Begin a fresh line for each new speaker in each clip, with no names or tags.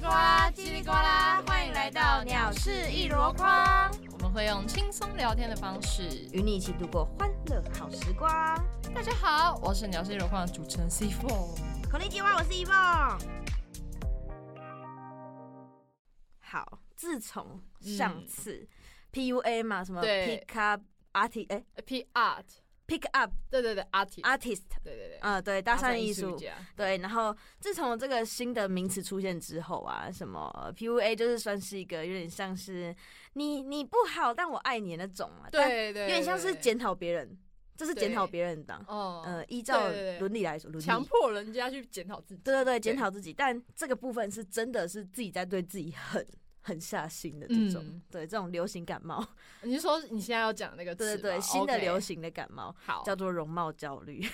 叽里呱啦，欢迎来到鸟事一箩筐，
我们会用轻松聊天的方式。
与你一起度过欢乐好时光。
大家好，我是鸟事有框的主持人 C Four。
口令计划，我是一梦。好，自从上次、PUA 嘛，什么
嗯对
Pick Up Artist，哎、
P Art，
p i c k Up
对对对，Artist，
Artist，
对对对，
呃，对，啊搭讪艺术，
家，
对，然后自从这个新的名词出现之后啊，什么 PUA 就是算是一个有点像是你你不好，但我爱你的那种嘛，但
对对对，
有点像是
对，
检讨别人，这是
对
检讨别人的啊，
哦，
呃，依照
对对对
伦理来说，伦
强
理。
迫人家去检讨自己。
对对对，检讨自己，但这个部分是真的是自己在对自己很很下心的这种，
嗯
对这种流行感 冒，
你是说你现在要讲那个
对
词
对对，
吗
新的
OK，
流行的感冒
好，
叫做容貌焦虑，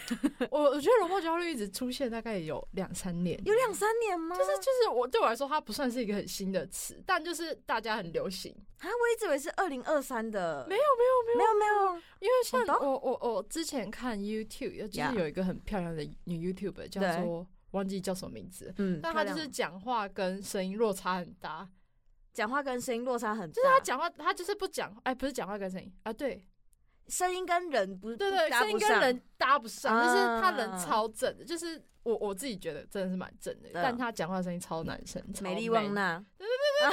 我我觉得容貌焦虑一直出现大概有两三年，
有两三年吗？
就是就是我对我来说它不算是一个很新的词，但就是大家很流行。
啊，我一直以为是二零二三的，
没有没有没有
没有没有，
因为像
好的
我我我之前看 YouTube，就
Yeah
是有一个很漂亮的女 YouTube 叫做忘记叫什么名字，
嗯，
但她
漂
就
亮
是讲话跟声音落差很大，
讲话跟声音落差很大，
就是她讲话她就是不讲，哎，不是讲话跟声音啊， 对
声音跟人不
对对，
搭
声
不
音跟
上
人搭不上，
啊
但是她人超正的，就是我我自己觉得真的是蛮正的，
对
但她讲话声音超男生，超
嗯美丽
美
旺娜，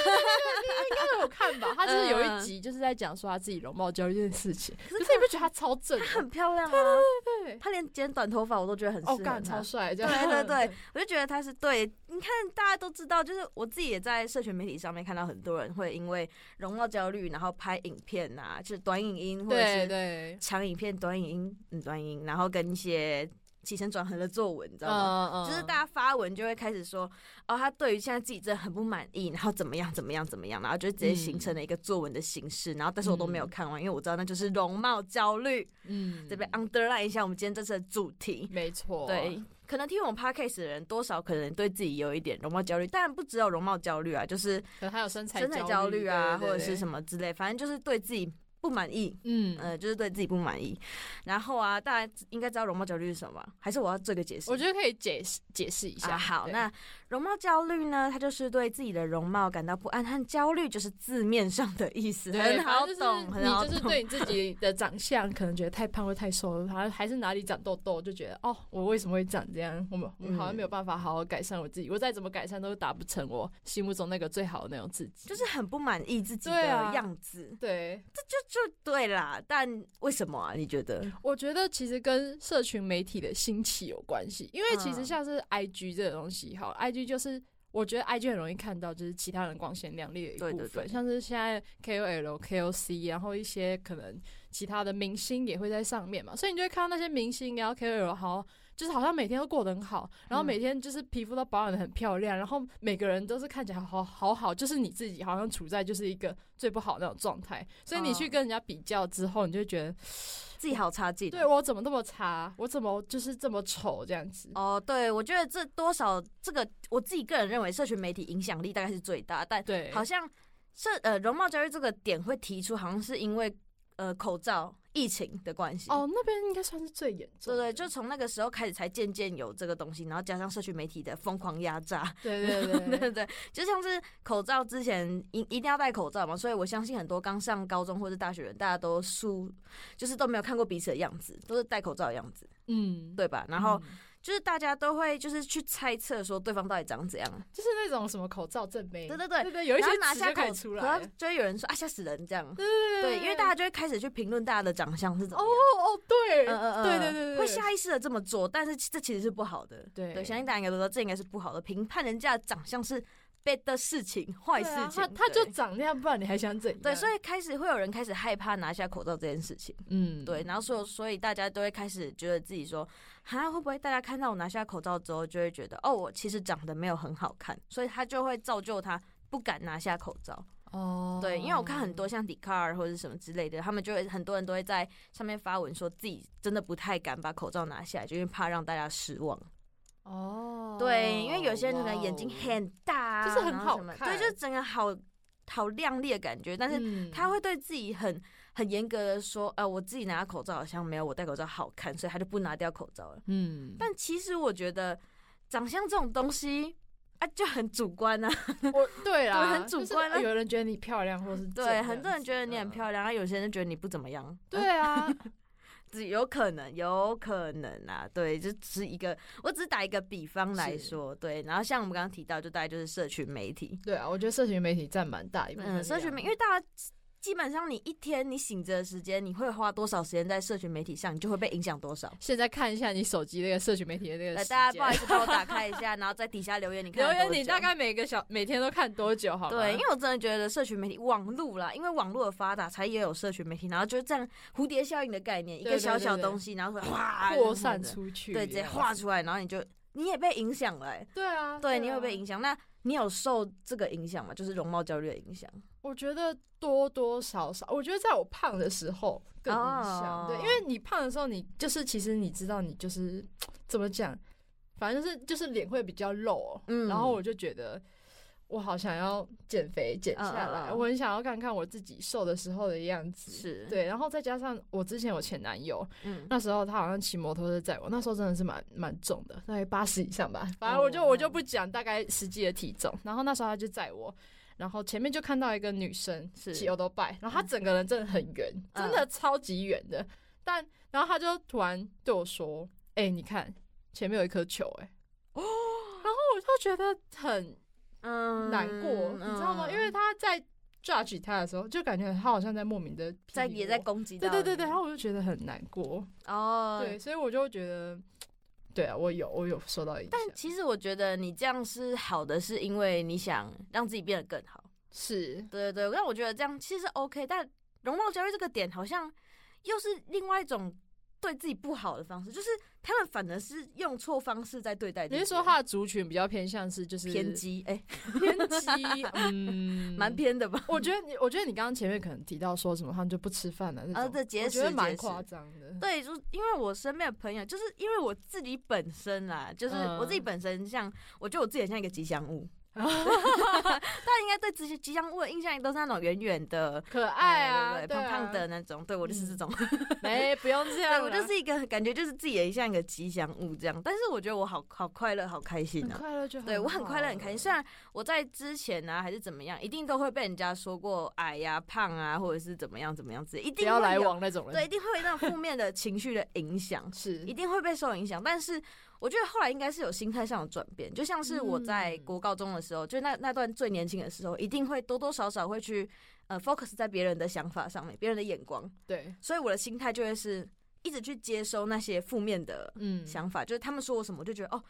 都有看吧？他就是有一
嗯
集就是在讲说他自己容貌焦虑这件事情，可是你不觉得他超正的？
她很漂亮啊，
对，
她连剪短头发我都觉得很适
哦，
合她
干超帅，这样
对对对，我就觉得她是对。你看，大家都知道，就是我自己也在社群媒体上面看到很多人会因为容貌焦虑，然后拍影片啊，就是短影音或者
对
是
对，
长影片、短影音、嗯短影音，然后跟一些起承转合的作文，你知道吗？
嗯嗯
就是大家发文就会开始说，哦，他对于现在自己真的很不满意，然后怎么样怎么样怎么样，然后就直接形成了一个作文的形式，然后但是我都没有看完，因为我知道那就是容貌焦虑。
嗯
这边 underline 一下我们今天这次的主题。
没错，
对，可能听我们 podcast 的人，多少可能对自己有一点容貌焦虑，当然不只有容貌焦虑啊，就是
可能还有身材
身材焦虑啊，或者是
么，
什么之类，反正就是对自己不满意，
嗯
呃，就是对自己不满意。然后啊，大家应该知道容貌焦虑是什么吧，还是我要做个解释？
我觉得可以解释解释一下。
啊、好，
对
那容貌焦虑呢？它就是对自己的容貌感到不安和焦虑，就是字面上的意思，
对
很好
反正
懂，
就是
很好
你就是
懂。
对你自己的长相可能觉得太胖或太瘦了，好像还是哪里长痘痘，就觉得哦，我为什么会长这样？我们我们好像没有办法好好改善我自己，我再怎么改善都达不成我心目中那个最好的那种自己。
就是很不满意自己的
对啊
样子，
对，
就就对啦。但为什么啊？你觉得？
我觉得其实跟社群媒体的兴起有关系，因为其
嗯
实像是 IG 这个东西，好，IG 就是。我觉得 IG 很容易看到，就是其他人光鲜亮丽的一部分，
对对对
像是现在 KOL、KOC，然后一些可能其他的明星也会在上面嘛，所以你就会看到那些明星，啊然后 KOL 好像就是好像每天都过得很好，然后
嗯
每天就是皮肤都保养的很漂亮，然后每个人都是看起来好好好，就是你自己好像处在就是一个最不好的那种状态，所以你去
哦
跟人家比较之后，你就会觉得
自己好差劲。啊
对我怎么那么差？我怎么就是这么丑这样子？
哦，对，我觉得这多少这个我自己个人认为，社群媒体影响力大概是最大，但
对，
好像社呃容貌焦虑这个点会提出，好像是因为呃口罩疫情的关系。
哦，那边应该算是最严重
对
的。
对，就从那个时候开始才渐渐有这个东西，然后加上社群媒体的疯狂压榨，
对对对
对对对，就像是口罩之前一一定要戴口罩嘛，所以我相信很多刚上高中或是大学人，大家都疏，就是都没有看过彼此的样子，都是戴口罩的样子，
嗯，
对吧？然后
嗯
就是大家都会就是去猜测说对方到底长怎样，
就是那种什么口罩正妹，
对
对
对对，
对有一
然
些
后拿
词
下
就
口
可以出来
然后。就会有人说啊吓死人这样，
对对
对，因为大
家
家就会开始去评论大家的长相是怎么
哦
样。
哦对，
嗯嗯嗯，
对对对对，
会下意识的这么做，但是这其实是不好的。
对
对，相信大家应该都知道，这应该是不好的。评判人家的长相是 bad 的事情，坏
对啊
事情。
他他就
对
长那样，不然你还想怎样？
对，所
以
以开始会有人开始害怕拿下口罩这件事情。
嗯
对，然后所有所以大家都会开始觉得自己说，哈，会不会大家看到我拿下口罩之后，就会觉得哦，我其实长得没有很好看，所以他就会造就他。不敢拿下口罩，
哦
对，因为我看很多像 d i c a r 或者什么之类的，他们就会很多人都会在上面发文说自己真的不太敢把口罩拿下来，就因为怕让大家失望。
哦，
对，因为有些人可能眼睛
哇哦，
很大啊，
就是很
然后
好
什么
看
对，就是整个好好亮丽的感觉。但是
是
他会对自己很很严格的说，呃，我自己拿口罩好像没有我戴口罩好看，所以他就不拿掉口罩了。
嗯，
但其实我觉得长相这种东西，哎、啊，就很主观啊。
我对啦，
对很主观啊
就是哎有人觉得你漂亮，或是怎
对，
样
很多人觉得你很
嗯
漂亮，啊，有些人觉得你不怎么样。
对啊，
只有可能，有可能啊，对，就只是一个，我只是打一个比方来
是
说，对。然后像我们刚刚提到，就大概就是社群媒体，
对啊，我觉得社群媒体占蛮大一部分的啊
嗯，
量。
社群媒，因为大家基本上你一天你醒着的时间，你会花多少时间在社群媒体上，你就会被影响多少。
现在看一下你手机那个社群媒体的那个
来，
时
大家
间
不 好意思，帮我打开一下，然后在底下留言，你看
留
了
言，
多
你
久
大概每个小每天都看多久？好吗
对，因为我真的觉得社群媒体网络啦，因为网络的发达，才也有社群媒体，然后就是这样蝴蝶效应的概念，一
对
个
对
小
对
小
对
东西，然后哗
扩散
出。
出去，
对，直接画出来，然后你就你也被影响了、欸，
对啊，
对，
啊
你会被影响。那你有受这个影响吗？就是容貌焦虑的影响。
我觉得多多少少，我觉得在我胖的时候更影
哦
响。对，因为你胖的时候，你就是其实你知道，你就是怎么讲，反正就是就是脸会比较露、哦
嗯
然后我就觉得。我好想要减肥减下来
嗯嗯嗯
我很想要看看我自己瘦的时候的样子。
是
对，然后再加上我之前有前男友，
嗯，
那时候他好像骑摩托车载我，那时候真的是蛮蛮重的，大概八十以上
哦
吧。反正我就我就不讲大概实际的体重。然后那时候他就载我，然后前面就看到一个女生
是
骑欧都拜，然后她整个人真的很圆，
嗯
真的超级圆的。但然后他就突然对我说：“哎、你看前面有一颗球、哎。”
哦
然后我就觉得很
嗯
难过，你知道吗？因为他在 judge 他的时候，就感觉他好像在莫名的
在也在攻击到
对
你，
对对对，然后我就觉得很难过。
哦，
对，所以我就会觉得，对啊，我有我有受到影响，
但其实我觉得你这样是好的，是因为你想让自己变得更好。
是
对对对，但我觉得这样其实 OK，但容貌焦虑这个点好像又是另外一种对自己不好的方式，就是他们反而是用错方式在对待自己。
你是说他的族群比较偏向是就是
偏激？哎、
偏 激，嗯，
蛮。偏的吧？
我觉得你，我觉得你刚刚前面可能提到说什么他们就不吃饭了、那
啊，
种
这节
我
食
觉得蛮
节食
夸张的。
对，就是因为我身边的朋友，就是因为我自己本身啦，就是
嗯哦
我自己本身像，我觉得我自己很像一个吉 祥物。大家应该对这些吉祥物的印象都是那种圆圆的，
可爱啊，对
哎对对对
啊嗯
胖胖的，那种。对我就是这种，
没不用这
对
样啦，
我就是一个感觉就是自己也像一个吉祥物这样。但是我觉得我好好快乐，好开心
很
啊！
快乐就好
对我很快乐，很开心。虽
了
然我在之前啊还是怎么样，一定都会被人家说过矮呀、胖啊，或者是怎么样怎么样子，一
不
定
要
会
来
有
往那种人，，
对，一定会有那种负面的情绪的影 响
是
一定会被受影响。但是我觉得后来应该是有心态上的转变，就像是我在
嗯
国高中的时候，就那那段最年轻的时候，一定会多多少少会去呃 focus 在别人的想法上面，别人的眼光，
对，
所以我的心态就会是一直去接收那些负面的。
嗯，
想法就是他们说我什么，我就觉得哦，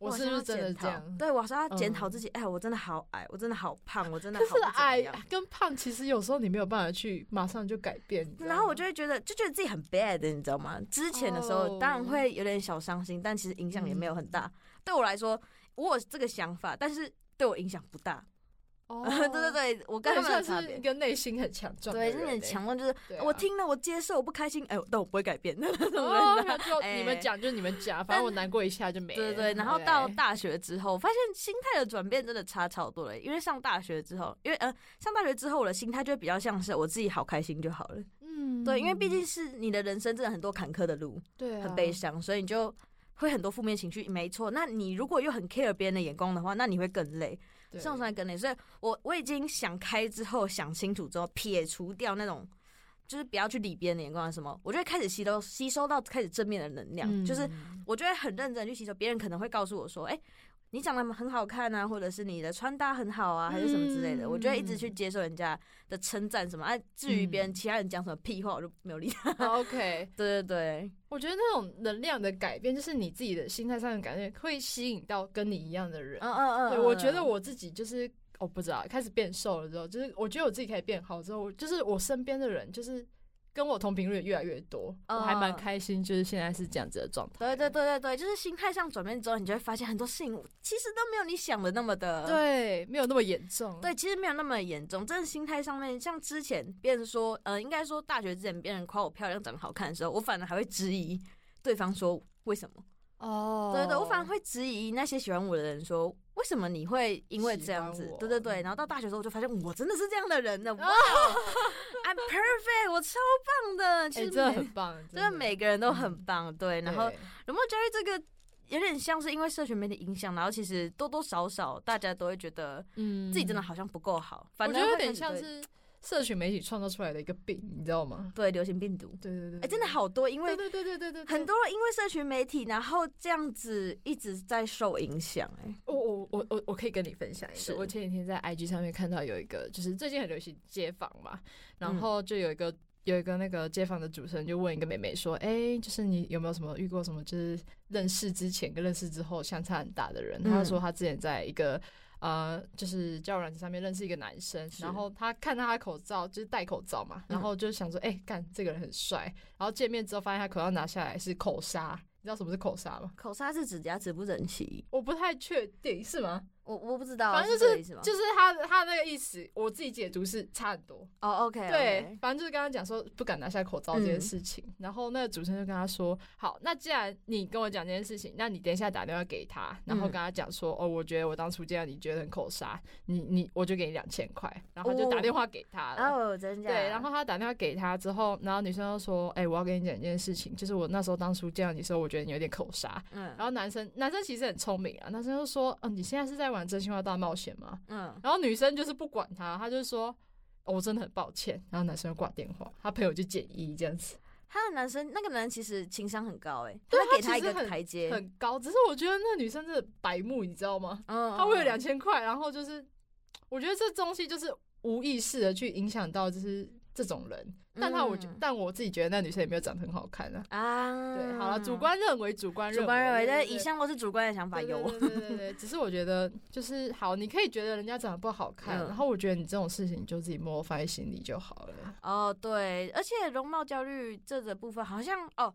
我
好
是
像
不
要
是真的
检
这
讨
样？
对，我好像要检讨
嗯
自己，哎、我真的好矮，我真的好胖，我真 的
但
好
是
不怎么
矮
样
跟胖，其实有时候你没有办法去马上就改变。你知道
然后我
吗
就会 觉得，就觉得自己很 bad，你知道吗？之前的时候
哦嗯
当然会有点小伤心，但其实影响也没有很大。 对我来说，我有这个想法，但是对我影响不大。
哦
对对对，我跟他
那
们的
算
差
是一
别。
个内心很强壮的
对，
人欸，
就是很强壮，就是
对啊。
我听了，我接受，我不开心，哎，但我不会改变 那种
哦，没
人啊。
有就你们
哎
讲就你们讲，反
但
正我难过一下就没了。
对对对，然后到
对
大学之后，我发现心态的转变真的差超多了。因为上大学之后，因为呃，上大学之后我的心态就会比较像是我自己好开心就好了。
嗯
对，因为毕竟是你的人生真的很多坎坷的路，
对
很
啊
悲伤，所以你就会很多负面情绪。没错，那你如果又很 care 别人的眼光的话，那你会更累，
对
上山更累。所以我我已经想开之后，想清楚之后，撇除掉那种。就是不要去理别人的眼光啊什么，我就会开始吸收吸收到开始正面的能量，
嗯
就是我就会很认真地去吸收。别人可能会告诉我说：“哎、你长得很好看啊，或者是你的穿搭很好啊，还是什么之类
嗯
的。”我就会一直去接受人家的称赞什么。哎、至于别人
嗯
其他人讲什么屁话，我就没有 理他。
OK。
对对对，
我觉得那种能量的改变，就是你自己的心态上的改变，会吸引到跟你一样的人。
嗯嗯嗯
对，
嗯
我觉得
嗯
我自己就是，我不知道，开始变瘦了之后，就是我觉得我自己可以变好之后，就是我身边的人就是跟我同频率越来越多，我还蛮
嗯
开心，就是现在是这样子的状态。
对对对对对，就是心态上转变之后，你就会发现很多事情其实都没有你想的那么的。
对，没有那么严重。
嗯对，其实没有那么严重，真的心态上面，像之前别人说，呃，应该说大学之前别人夸我漂亮、长得好看的时候，我反而还会质疑对方说为什么？
哦
对对，我反而会质疑那些喜欢我的人说为什么你会因为
喜
这样
欢
子？
我嗯
对对对，然后到大学的时候，我就发现我真的是这样的 人呢，哇，I'm perfect，我超棒的。
哎、
其实
真的
每
很棒，
真的每个人都很
嗯
棒，对，然后
对
容貌焦虑这个有点像是因为社群媒体影响，然后其实多多少少大家都会觉得
嗯，
自己真的好像不够好，
我
反
觉
正
得有
会开
点
始
像
对
是社群媒体创造出来的一个病，你知道吗？
对流行病毒。
对对对，
哎、真的好多，因
对，
为
对对对对对对，
很多人因为社群媒体，然后这样子一直在受影响、哎，
我我我我我可以跟你分享一
是
个，我前几天在 IG 上面看到有一个，就是最近很流行街访嘛，然
嗯
后就有一个、有一个那个街访的主持人就问一个妹妹说，哎、就是你有没有什么遇过什么就是认识之前跟认识之后相差很大的人？
嗯
她说她之前在一个。呃，就是交友软件上面认识一个男生，
是嗯
然后她看到他的口罩，就是戴口罩嘛，然后就想说，哎、干这个人很帅，然后见面之后发现他口罩拿下来是口砂，你知道什么是口砂吗？
口杀是指甲指不整齐，
我不太确定是吗？
我我不知道，
反正
是这
就
个意思吗？
就是他的他那个意思，我自己解读是差很多。
哦，OK，,
对，反正就是刚刚讲说不敢拿下口罩这件事情，然后那个主持人就跟他说：“好，那既然你跟我讲这件事情，那你等一下打电话给他，然后跟他讲说，哦，我觉得我当初见到你觉得很口杀，你你我就给你两千块。”然后他就打电话给他了。
然后真假，
对，然后他打电话给他之后，然后女生就说：“哎、我要跟你讲一件事情，就是我那时候当初见到你的时候，我觉得你有点口杀。
嗯
然后男生男生其实很聪明啊，男生就说：“嗯、你现在是在玩真心话大冒险吗
嗯？”，
然后女生就是不管他，他就说：“哦我真的很抱歉。”然后男生就挂电话，他朋友就减一这样子，
他的男生那个男人其实情商很高、哎，他给
他
他一
其实
个
很
台阶，
很高。只是我觉得那女生真的白目，你知道吗？
嗯
她为了
嗯
两千块，然后就是，我觉得这东西就是无意识的去影响到就是这种人。但他我觉，
嗯
但我自己觉得那女生也没有长得很好看啊。
啊，
对，好了，主。观认为，嗯主观认为，
主观认为，
对
但
对
是以
对
上都是主观的想法，有
对对对对对，只是我觉得就是好，你可以觉得人家长得不好看，
嗯
然后我觉得你这种事情就自己默默放在心里就好了。
哦，对，而且容貌焦虑这个部分好像哦，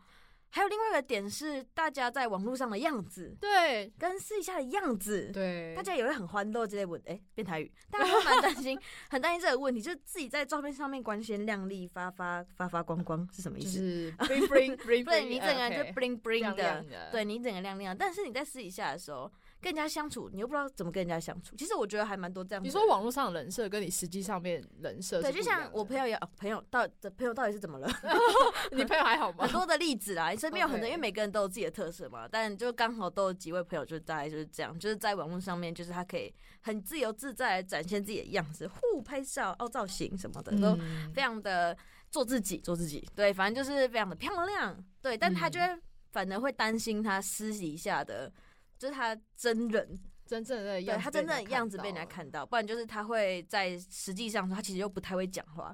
还有另外一个点是大家在网络上的样子
对
跟私底下的样子，
对，
大家也会很欢乐之类问，哎、变台语，大家都蛮担心，很担心这个问题，就是自己在照片上面光鲜亮丽、发发发发光光是什么意
就
思？
是 bling bling bling，
对你整个人就
bling bling，
bling bling
亮
的
亮，的，
对你整个亮亮，但是你在私底下的时候跟人家相处，你又不知道怎么跟人家相处。其实我觉得还蛮多这样子的人。
你说网络上的人设跟你实际上面人设
对，
是
就
不一样
像我
的
朋友也、哦朋友到的朋友到底是怎么了？
你朋友还好吗
很？多的例子啦，身边有很多，
OK
因为每个人都有自己的特色嘛，但就刚好都有几位朋友，就大概就是这样，就是在网络上面，就是他可以很自由自在地展现自己的样子，互拍照、凹造型什么的， 都
嗯
非常的做自己，做自己，对，反正就是非常的漂亮，对，但
嗯
他就会反而会担心他私底下的。就是他真人，
嗯真正的
对
样子，
他真正的样子被人家，看到，不然就是他会在实际上，他其实又不太会讲话，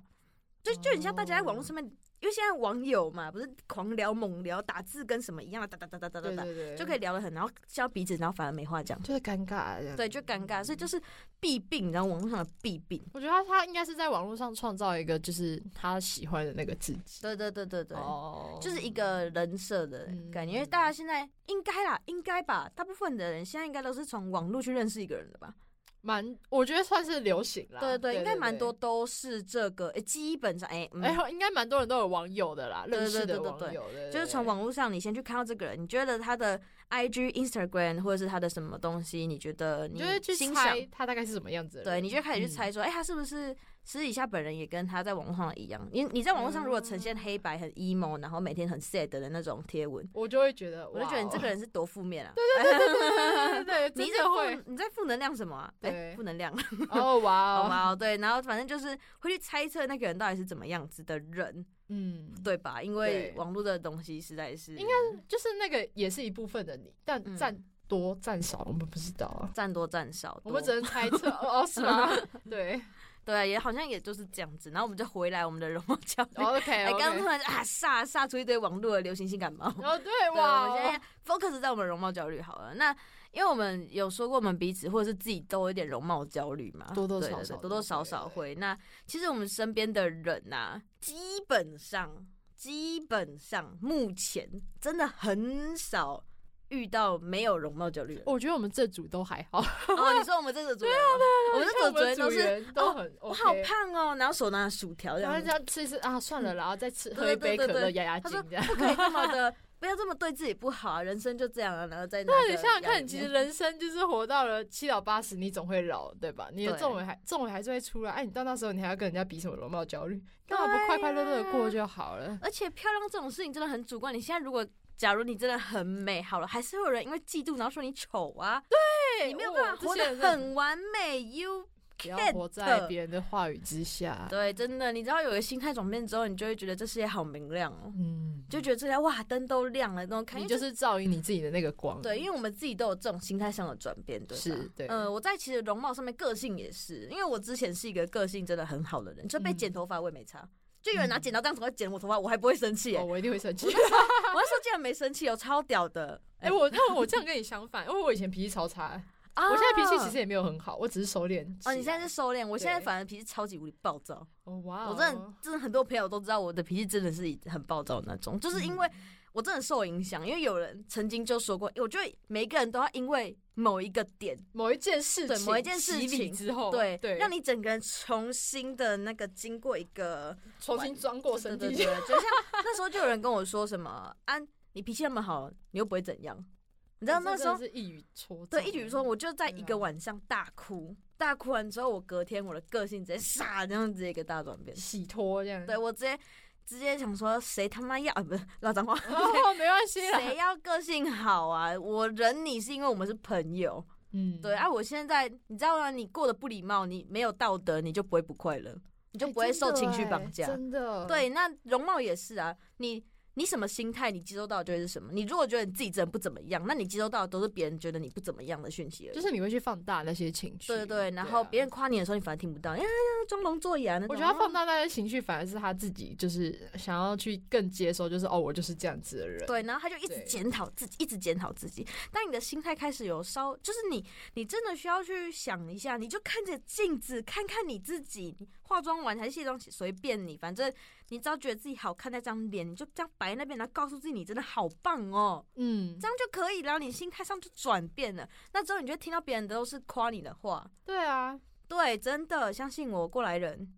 就就很像大家在网络上面，因为现在网友嘛，不是狂聊猛聊，打字跟什么一样，哒哒哒哒哒哒
对
哒，
对对，
就可以聊得很，然后削鼻子，然后反而没话讲，
就是尴尬这样。
对，就尴尬，所以就是弊病，你知道网络上的弊病，
我觉得他他应该是在网络上创造一个就是他喜欢的那个自己，
对对对对对。
哦
就是一个人设的感觉，因为
嗯
大家现在应该啦，应该吧，大部分的人现在应该都是从网络去认识一个人的吧？
蛮，我觉得算是流行啦。
对对
对，
对，应该蛮多。都是这个，诶，基本上诶， 嗯
哎、呦，应该蛮多人都有网友的啦，
对
认识
对
的
对
网
对
友的，
就是从网络上你先去看到这个人，你觉得他的 IG、Instagram 或者是他的什么东西，你觉得
你
你
就会去
欣赏
猜，他大概是什么样子的人。
嗯对，你就开始去猜
嗯
说，哎、他是不是私底下本人也跟他在网络上一样？你你在网络上如果呈
哦
现黑白、很 emo，然后每天很 sad 的那种贴文，
我就会觉得，哦
我就觉得你这个
人，
人是多负面啊！对 对对
对对对，
你
真
在
的会，
负你在负能量什么啊？哎、
对
负能量，
哦哇
好
哦，
吧，对，然后反正就是会去猜测那个人到底是怎么样子的人，
嗯，
对吧？因为
对
网络的东西实在是
应该就是那个也是一部分的你，但
嗯
占多占少我们不知道啊，
占多占少，
我们
多
只能猜 测，哦哦是吗？对
对啊，也好像也就是这样子。然后我们就回来我们的容貌焦虑。
，OK，
哎，刚刚突然啊，煞煞出一堆网络的流行性感冒。
哦对
对，
哇
我们现
哦，
在 focus 在我们容貌焦虑好了。那因为我们有说过，我们彼此或者是自己都有一点容貌焦虑嘛，
多多
对对
少
对
少
多多
都
少
会
少
对
会。那其实我们身边的人呐、基本上基本上目前真的很少遇到没有容貌焦虑的人。
我觉啊得我们这组都还好，
哦，你说我们这个组员吗， 我们
看
这个组员都
组
是。
员都很，
我好胖哦，然后手拿薯条这
然后
样
这
子，
样吃一吃啊，算了啦，然后再吃
对
喝一杯
对对
可乐
对
压压
他
惊
说
这样。
不可以这么的， 不要这么对自己不好啊，人生就这样了，然后 再拿
那你
着
想想
养
看，你其
面
实人生就是活到了七老八十，你总会老，对吧？你的
对
皱纹还皱纹还是会出来，哎，你到那时候你还要跟人家比什么容貌
啊
焦虑？干嘛不快快乐乐的过就好了？
而且漂亮这种事情真的很主观。你现在如果假如你真的很美，好了，还是会有人因为嫉妒，然后说你丑啊，
对哦
你没有办法活得很完美，you
不要活在别人的话语之下。
对，真的，你知道有个心态转变之后，你就会觉得这世界好明亮哦，
嗯，
就觉得这家哇灯都亮了那种感
你
觉，
就是照应你自己的那个光。
对，因为我们自己都有这种心态上的转变，对吧？
是对
呃，我在其实容貌上面个性也是，因为我之前是一个个性真的很好的人，就被
嗯
剪头发我也没差，就有人拿
嗯
剪刀这样子会剪我头发，我还不会生气、欸。
哦，
我
我一定会生气。
那时候竟然没生气哦，超屌 的。
哎、我那我这样跟你相反，因为我以前脾气超差，
啊
我现在脾气其实也没有很好，我只是收敛。
哦，你现在是收敛，我现在
对
反而脾气超级无敌暴躁。
哦哇哦，
我真的真的很多朋友都知道我的脾气真的是很暴躁的那种，就是因为
嗯
我真的受影响，因为有人曾经就说过，我觉得每一个人都要因为某一个点，
某一件事
对
情，
某一件事
洗礼
情
之后，
对，
哦对，
让你整个人重新的那个经过一个
重新装过身
对
体
对。对，对就像那时候就有人跟我说什么，啊，你脾气那么好，你又不会怎样，你知道那时候
这真的是一语戳中
对，一举说，我就在一个晚上大哭，大哭完之后，我隔天我的个性直接傻，这样直接一个大转变。
洗脱这样。
对我直接直接想说，谁他妈要、啊、不是老脏 话，
哦，没关系啦。
谁要个性好啊？我忍你是因为我们是朋友，
嗯，
对啊。我现在你知道吗？你过得不礼貌，你没有道德，你就不会不快乐，你就
哎
不会
真的
受情绪
哎
绑架。
真的。
对，那容貌也是啊，你。你什么心态，你接收到的就会是什么。你如果觉得你自己真的不怎么样，那你接收到的都是别人觉得你不怎么样的讯息而已。
就是你会去放大那些情绪。
对对对，然后
啊
别人夸你的时候，你反而听不到，哎呀，装聋作哑那种。
我觉得他放大那些情绪，反而是他自己就是想要去更接受，就是哦，我就是这样子的人。
对，然后他就一直
对
检讨自己，一直检讨自己。当你的心态开始有稍，就是你，你真的需要去想一下，你就看着镜子，看看你自己，你化妆完还是卸妆前，随便你，反正你只要觉得自己好看那张脸，你就这样摆在那边，然后告诉自己你真的好棒哦，
嗯
这，样就可以了。你心态上就转变了，那之后你就会听到别人都是夸你的话。
对啊，
对，真的，相信我，过来人。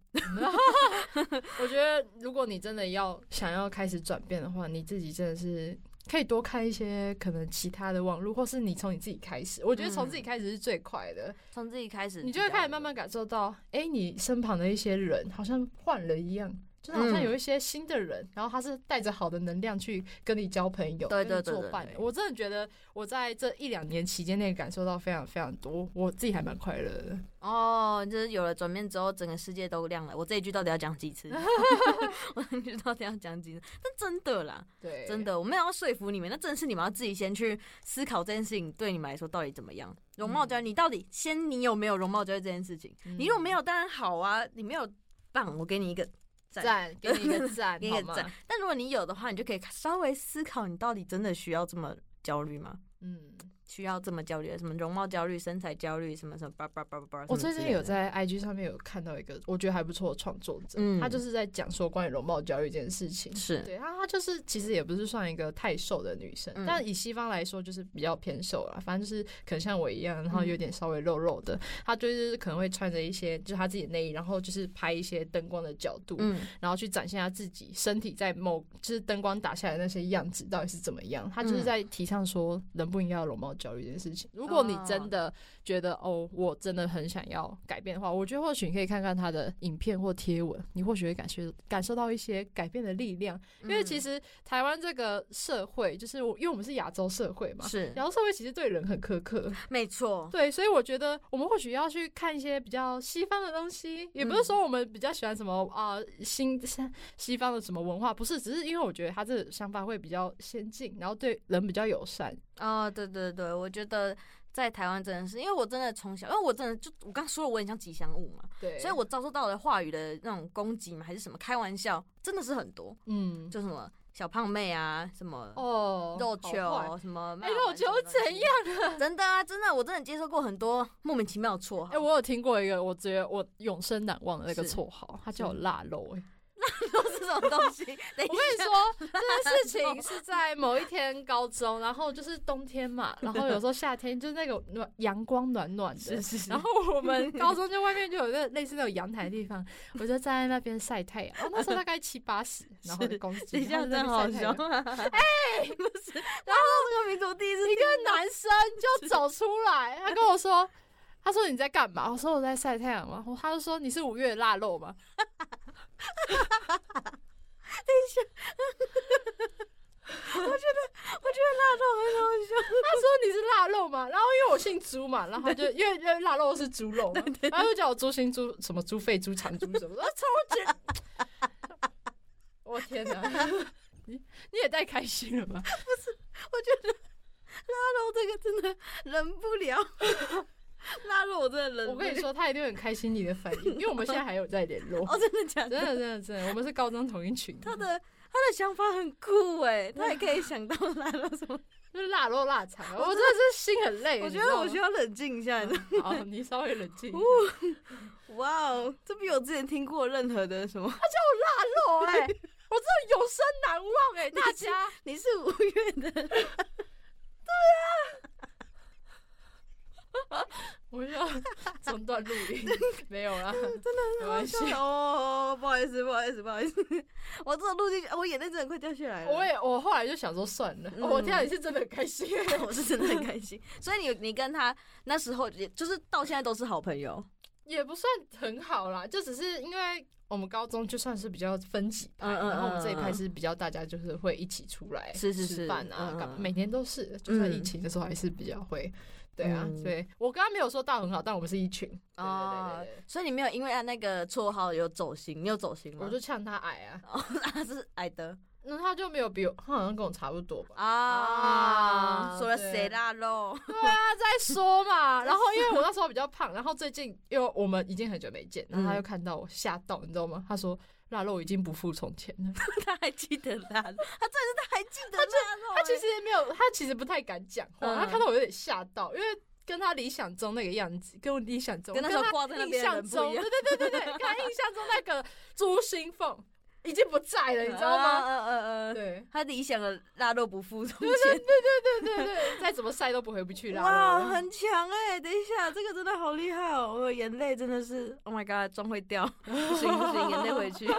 我觉得如果你真的要想要开始转变的话，你自己真的是可以多看一些可能其他的网络，或是你从你自己开始。我觉得从
嗯
自己开始是最快的，
从自己开始，
你就会开始慢慢感受到，哎、你身旁的一些人好像换了一样。就是好像
嗯
有一些新的人，然后他是带着好的能量去跟你交朋友，
对
跟你
对对
做
对
伴的
对
我真的觉得我在这一两年期间内感受到非常非常多，我自己还蛮快乐的。
哦，就是有了转变之后，整个世界都亮了。我这一句到底要讲几 次？我这一句到底要讲几次？但真的啦，
对，
真的，我没有要说服你们，那真的是你们要自己先去思考这件事情对你们来说到底怎么样。容貌焦虑，你到底先你有没有容貌焦虑这件事情？
嗯，
你如果没有，当然好啊，你没有棒，我给你一个。
赞，给你一个赞，
给你
好
一
吗
个赞，但如果你有的话，你就可以稍微思考，你到底真的需要这么焦虑吗？
嗯，
需要这么焦虑？什么容貌焦虑、身材焦虑，什么什么叭叭叭叭叭。
我
什么
最
之
近
类
有
的，
在 IG 上面有看到一个我觉得还不错的创作者，
嗯
他就是在讲说关于容貌焦虑这件事情。
是
对，她她就是其实也不是算一个太瘦的女生，
嗯
但以西方来说就是比较偏瘦啦。反正就是可能像我一样，然后
嗯
有点稍微肉肉的。她就是可能会穿着一些就是她自己的内衣，然后就是拍一些灯光的角度，
嗯，
然后去展现她自己身体在某就是灯光打下来的那些样子到底是怎么样。她就是
嗯
在提倡说人不应该有容貌焦虑这件事情。如果
哦
你真的觉得哦，我真的很想要改变的话，我觉得或许你可以看看她的影片或贴文，你或许会感觉感受到一些改变的力量。因为其
实
实台湾这个社会，就是我因为我们是亚洲社会嘛。
是哦
亚洲社会其实对人很苛刻，
没错，
对，所以我觉得我们或许要去看一些比较西方的东西，也不是
嗯
说我们比较喜欢什么啊、新西方的什么文化，不是，只是因为我觉得他这个想法会比较先进，然后对人比较友善。
哦，对对对，我觉得在台湾真的是，因为我真的从小，因为我真的就我刚说了，我很像吉祥物嘛，
对，
所以我遭受到的话语的那种攻击嘛，还是什么开玩笑，真的是很多，
嗯
就什么小胖妹啊，什么
哦
肉
好坏
球，什么
哎
麦当劳
肉球
什么东西
怎
真的啊，真的，我真的接受过很多莫名其妙的绰
哎、
号，
我有听过一个，我觉得我永生难忘的那个
是
绰号，他叫我腊肉、哎。
都是这种东西。 等
我跟
一
你
下，
说，这件事情是在某一天高中，然后就是冬天 嘛，然后有时候夏天就是那种暖阳光暖暖的。
是 是
然后我们高中就外面就有那类似那种阳台的地 方，我就站在那边晒太阳。哦，那时候大概七八十，然后
是
公司
等一下，真好笑！哎，不是，
啊
然后
哎
这个名字我第一次
一个男生就走出来，他跟我说：“他说你在干嘛？”我说：“我在晒太阳嘛。”他就说：“你是五月的腊肉吗？”等他说你是腊肉嘛，然后因为我姓猪嘛，然后他就因为因为腊肉是猪肉嘛， 然后就叫我猪心猪什么猪肺猪肠猪什么的，啊超级，我天哪，你你也太开心了吧？
我觉得腊肉这个真的忍不了， 腊肉我真的忍不了。
我跟你，说，他一定会很开心你的反应，因为我们现在还有在联络，
哦，真的假
真
的？
的真的真的，我们是高中同一群，
他的他的想法很酷哎，他也可以想到腊肉 什么。
就是腊肉腊肠，啊我真的是心很累，
我
你
觉
知
得
道
我
吗
需要冷静一下，你知道吗
好，你稍微冷静 一下，
哇哦，这比我之前听过任何的什么。
腊肉哎， 我真的永生难忘哎，大家。
你是五月的，
我要 中断录音，没有啦， 真的 没
好
关系
笑。哦，不好意思，不好意思，不好意思，我这种录进去，我眼泪真的快掉 下来了。
我也我后来就想说算了，
嗯
哦我天啊，你是真的很开心。
我是真的很开心。所以你你跟他那时候也就是到现在都是好朋友，
也不算很好啦，就只是因为我们高中就算是比较分几派，
嗯嗯嗯
然后我们这一派
嗯
是比较大家就是会一起出来
是是是
吃饭啊
嗯嗯，
干嘛
嗯
每年都是，就算
嗯
疫情的时候还是比较会。对啊
嗯，
对我刚刚没有说到很好，但我们是一群。对
哦
对对对对，
所以你没有因为啊按那个绰号有走心，你有走心吗？
我就呛他矮啊，
哦他是矮的
那他就没有比我，他好像跟我差不多吧。
啊，
啊
说了
对
谁腊肉？
对啊，再说嘛。 然后因为我那时候比较胖，然后最近因为我们已经很久没见，然
嗯
后他又看到我吓到，你知道吗？他说腊肉已经不复从前了。
他还记得腊肉， 他真的是他还记得腊肉欸。
他其实也没有，他其实不太敢讲话，
嗯
他看到我有点吓到，因为。跟他理想中那个样子，跟我理想中，
跟那时候挂在那
印
边的人
象
不
中，
一样
对对对对对，跟他印象中那个朱新凤已经不在了，你知道吗？
嗯嗯嗯嗯，
对
他理想的腊肉不负从前。
对对对，再怎么晒都不回不去啦。
哇，很强哎、等一下，这个真的好厉害哦！我的眼泪真的是，Oh my god，妆会掉，不行不行，眼泪回去。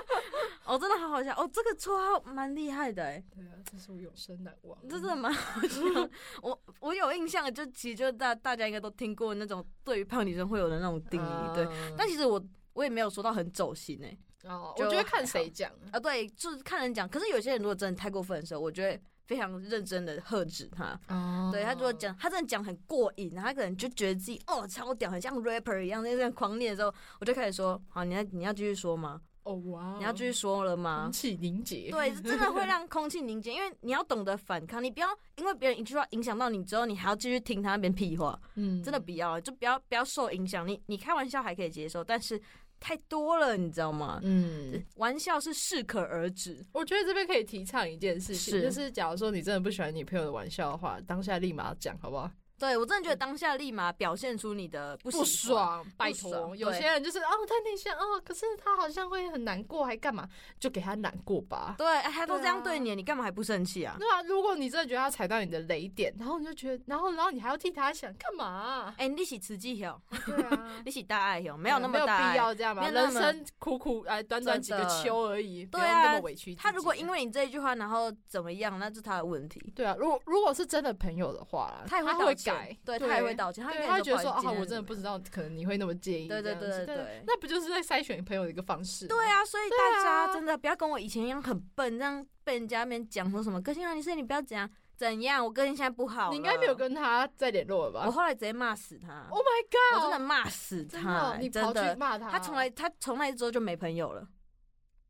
哦，真的好好笑哦，这个绰号蛮厉害的哎、
对啊，这是我永生难忘。
这真的蛮好笑。我我有印象，就其实就大大家应该都听过那种对于胖女生会有的那种定义，对。
嗯
但其实我我也没有说到很走心哎、
哦，
就
我觉得看
还
谁讲，
啊，对，就是看人讲。可是有些人如果真的太过分的时候，我就会非常认真的喝止他。
哦
对他如果讲，他真的讲很过瘾，他可能就觉得自己哦超屌，很像 rapper 一样，在那狂念的时候，我就开始说，好，你要你要继续说吗？
哦哇，
你要继续说了吗
空？气凝结，
对，这真的会让空气凝结，因为你要懂得反抗，你不要因为别人一句话影响到你之后，你还要继续听他那边屁话，
嗯
真的不要，就不要不要受影响。你你开玩笑还可以接受，但是太多了，你知道吗？
嗯，
玩笑是适可而止，
我觉得这边可以提倡一件事情，
是
就是假如说你真的不喜欢你朋友的玩笑的话，当下立马讲好不好？
对我真的觉得当下立马表现出你的不喜
嗯不
欢，
爽，拜
不
托，
爽
有
对
些人就是哦，他内向哦，可是他好像会很难过，还干嘛？就给他难过吧。
对，哎他都这
对
样
啊
对你了，你干嘛还不生气啊？
对啊，如果你真的觉得他踩到你的雷点，然后你就觉得，然后然后你还要替他想干嘛啊、
哎、你是慈济哟，
对啊，
你是大爱哟，没有那么
哎没有
大
必
爱。
要这样嘛，
没有那
人
么
生苦苦哎，短短几个
真的
秋而已，不
对
用
啊
那么委屈自己。
他如果因为你这一句话，然后怎么样，那是他的问题。
对啊，如果如果是真的朋友的话啦，
他也
会
道
改
歉，，对他也会道歉，
对，
也
他
会
会觉得说啊，我真
真
的不知道，可能你会那么介意这
对
样
对
子，
对对对
那不就是在筛选朋友的一个方式吗？
对啊，所以
对
大家
啊
真的不要跟我以前一样很笨，这样被人家面讲说什么个性啊，你是你不要怎样怎样，我跟你现在不啊好。
你应该没有，跟他再联络了
我
吧
后来直接骂死他，
？Oh my
我
god！
真的骂死
真的
他
哦，，你跑
真
去
的。
骂哦他，
他从来他从那之后就没朋友了，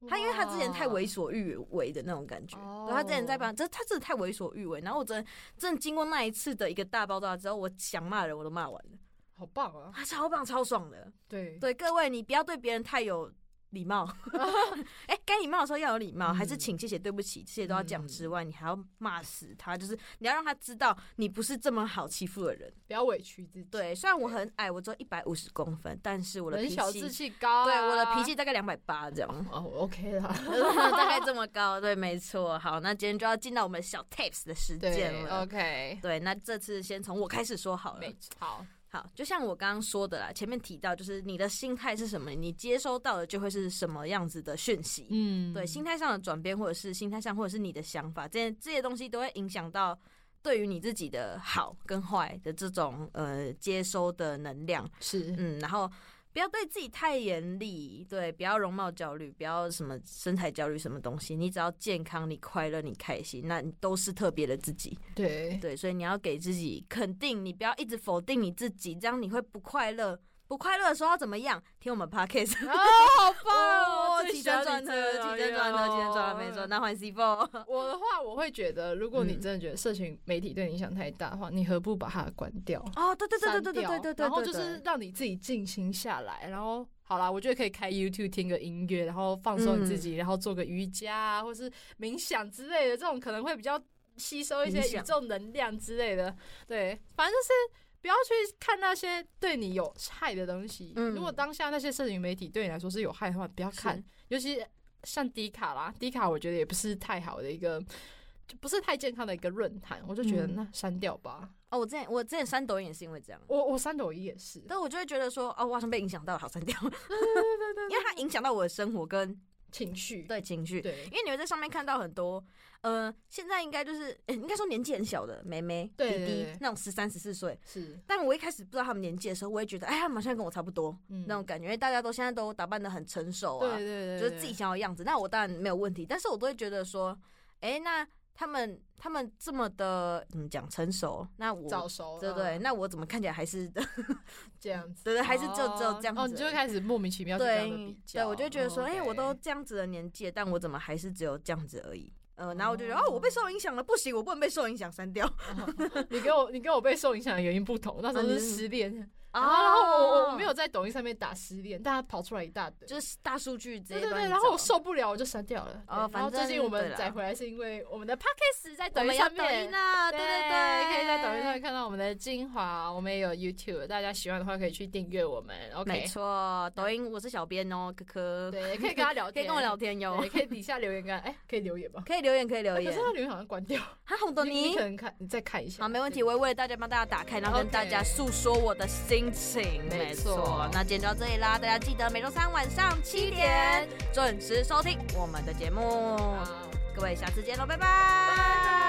他因为他之前太为所欲为的那种感觉，
哦
对他之前在帮，这他真的太为所欲为。然后我真的真的经过那一次的一个大爆炸之后，我想骂人我都骂完了，
哇好棒啊，
他超棒超爽的。
对
对各位，你不要对别人太有礼 貌。哎、该礼貌的时候要有礼貌，
嗯
还是请谢谢对不起这些都要讲之外，你还要骂死他，就是你要让他知道你不是这么好欺负的人。
不要委屈自己，，
对，虽然我很矮，我只有一百五十公分，但是我的
人
脾
小志
气，
气高啊，
对我的脾气大概两百八这样。
哦，OK 啦，
大概这么高，对，没错。好，那今天就要进到我们的小 tips 的时间
对
了。
，OK，
对，那这次先从我开始说好了
没。错好，
好，就像我刚刚说的啦，前面提到就是你的心态是什么，你接收到的就会是什么样子的讯息。
嗯，
对，心态上的转变，或者是心态上，或者是你的想法，这些这些东西都会影响到对于你自己的好跟坏的这种呃接收的能量。
是，
嗯，然后不要对自己太严厉，对，不要容貌焦虑，不要什么身材焦虑，什么东西，你只要健康，你快乐，你开心，那你都是特别的自己。
对
对，所以你要给自己肯定，你不要一直否定你自己，这样你会不快乐。不快乐的时候要怎么样？听我们 podcast。
哦，好棒哦！
起承转合，起
起
承转合，起承
哦
转合，没错。。那换 C four，
我的话，我会觉得，如果你
嗯
真的觉得社群媒体对你影响太大的话，你何不把它关掉？
哦，对对对对对对
删
对对
掉
对，
然后就
对
是
对
让你自己静心下来，然后好啦，我觉得可以开 YouTube 听个音乐，然后放松你自
嗯
己，然后做个瑜伽啊，或是冥想之类的，这种可能会比较吸收一些
冥
宇
想
宙能量之类的。对，反正就是。不要去看那些对你有害的东西。
嗯
如果当下那些社群媒体对你来说是有害的话，不要看
是。
尤其像迪卡啦，迪卡我觉得也不是太好的一个，就不是太健康的一个论坛，我就觉得
嗯
那删掉吧。
哦，我之前我之前删抖音也是因为这样。
我我删抖音也是，
但我就会觉得说，哦，我好像被影响到了，好删掉。 因为它影响到我的生活跟
情绪，
对情绪，
对
因为你会在上面看到很多，呃，现在应该就是，诶应该说年纪很小的妹妹、弟
对对
弟
对
那种十三、十四岁。
是，
但我一开始不知道他们年纪的时候，我也觉得，哎，他们好像跟我差不多、
嗯
那种感觉，因为大家都现在都打扮的很成熟啊，
对对对，
就是自己想要的样子。那我当然没有问题，但是我都会觉得说，哎、那他们他们这么的怎么讲成熟，那我
早熟，嗯
对对，那我怎么看起来还是 对
这样子，
对，还是就只有这样子
哦，
而
你就会
已
开始莫名其妙去这样的
对
比较，
对，我就会觉得说，
哦
哎、我都
OK
这样子的年纪了，但我怎么还是只有这样子而已？呃，然后我就觉得，哦，我被受影响了，不行，我不能被受影响，删掉。
你跟我你跟我被受影响的原因不同，那时候
哦你
是
是哦
失恋， 然
然
后然后我我我没
有，
有在抖音上面打失恋，大家跑出来一大堆，
就是大数据直接
对对
帮你
对，然后
找
我受不了，我就删掉了。
哦
对然
反
后最近
正
我
对
们
啦
载回来是因为我们的 podcast 在抖
我
音
们有
上
抖
面
音。啊，对对对，
可以在抖音上面看到我们的精华，我们也有 YouTube，大家喜欢的话可以去订阅我们。
没
OK，
错，抖音我是小编哦，科科，
对，可以跟他聊
可以
天，
跟我聊天哟
对，，可以底下留言跟他，哎、可以留言吧？
可以留言，可以留
哎可
言
是。他留言好像关掉，
哈，红豆
你你
泥
可，能看，你再看一下。
好，没问题，我会为了大家帮大家打开，然后跟
OK
大家诉说我的心情。
没
没
错
错，那今天就到这里啦，大家记得每周三晚上七点准时收听我们的节目，
好，
啊各位下次见喽，拜拜。
拜拜。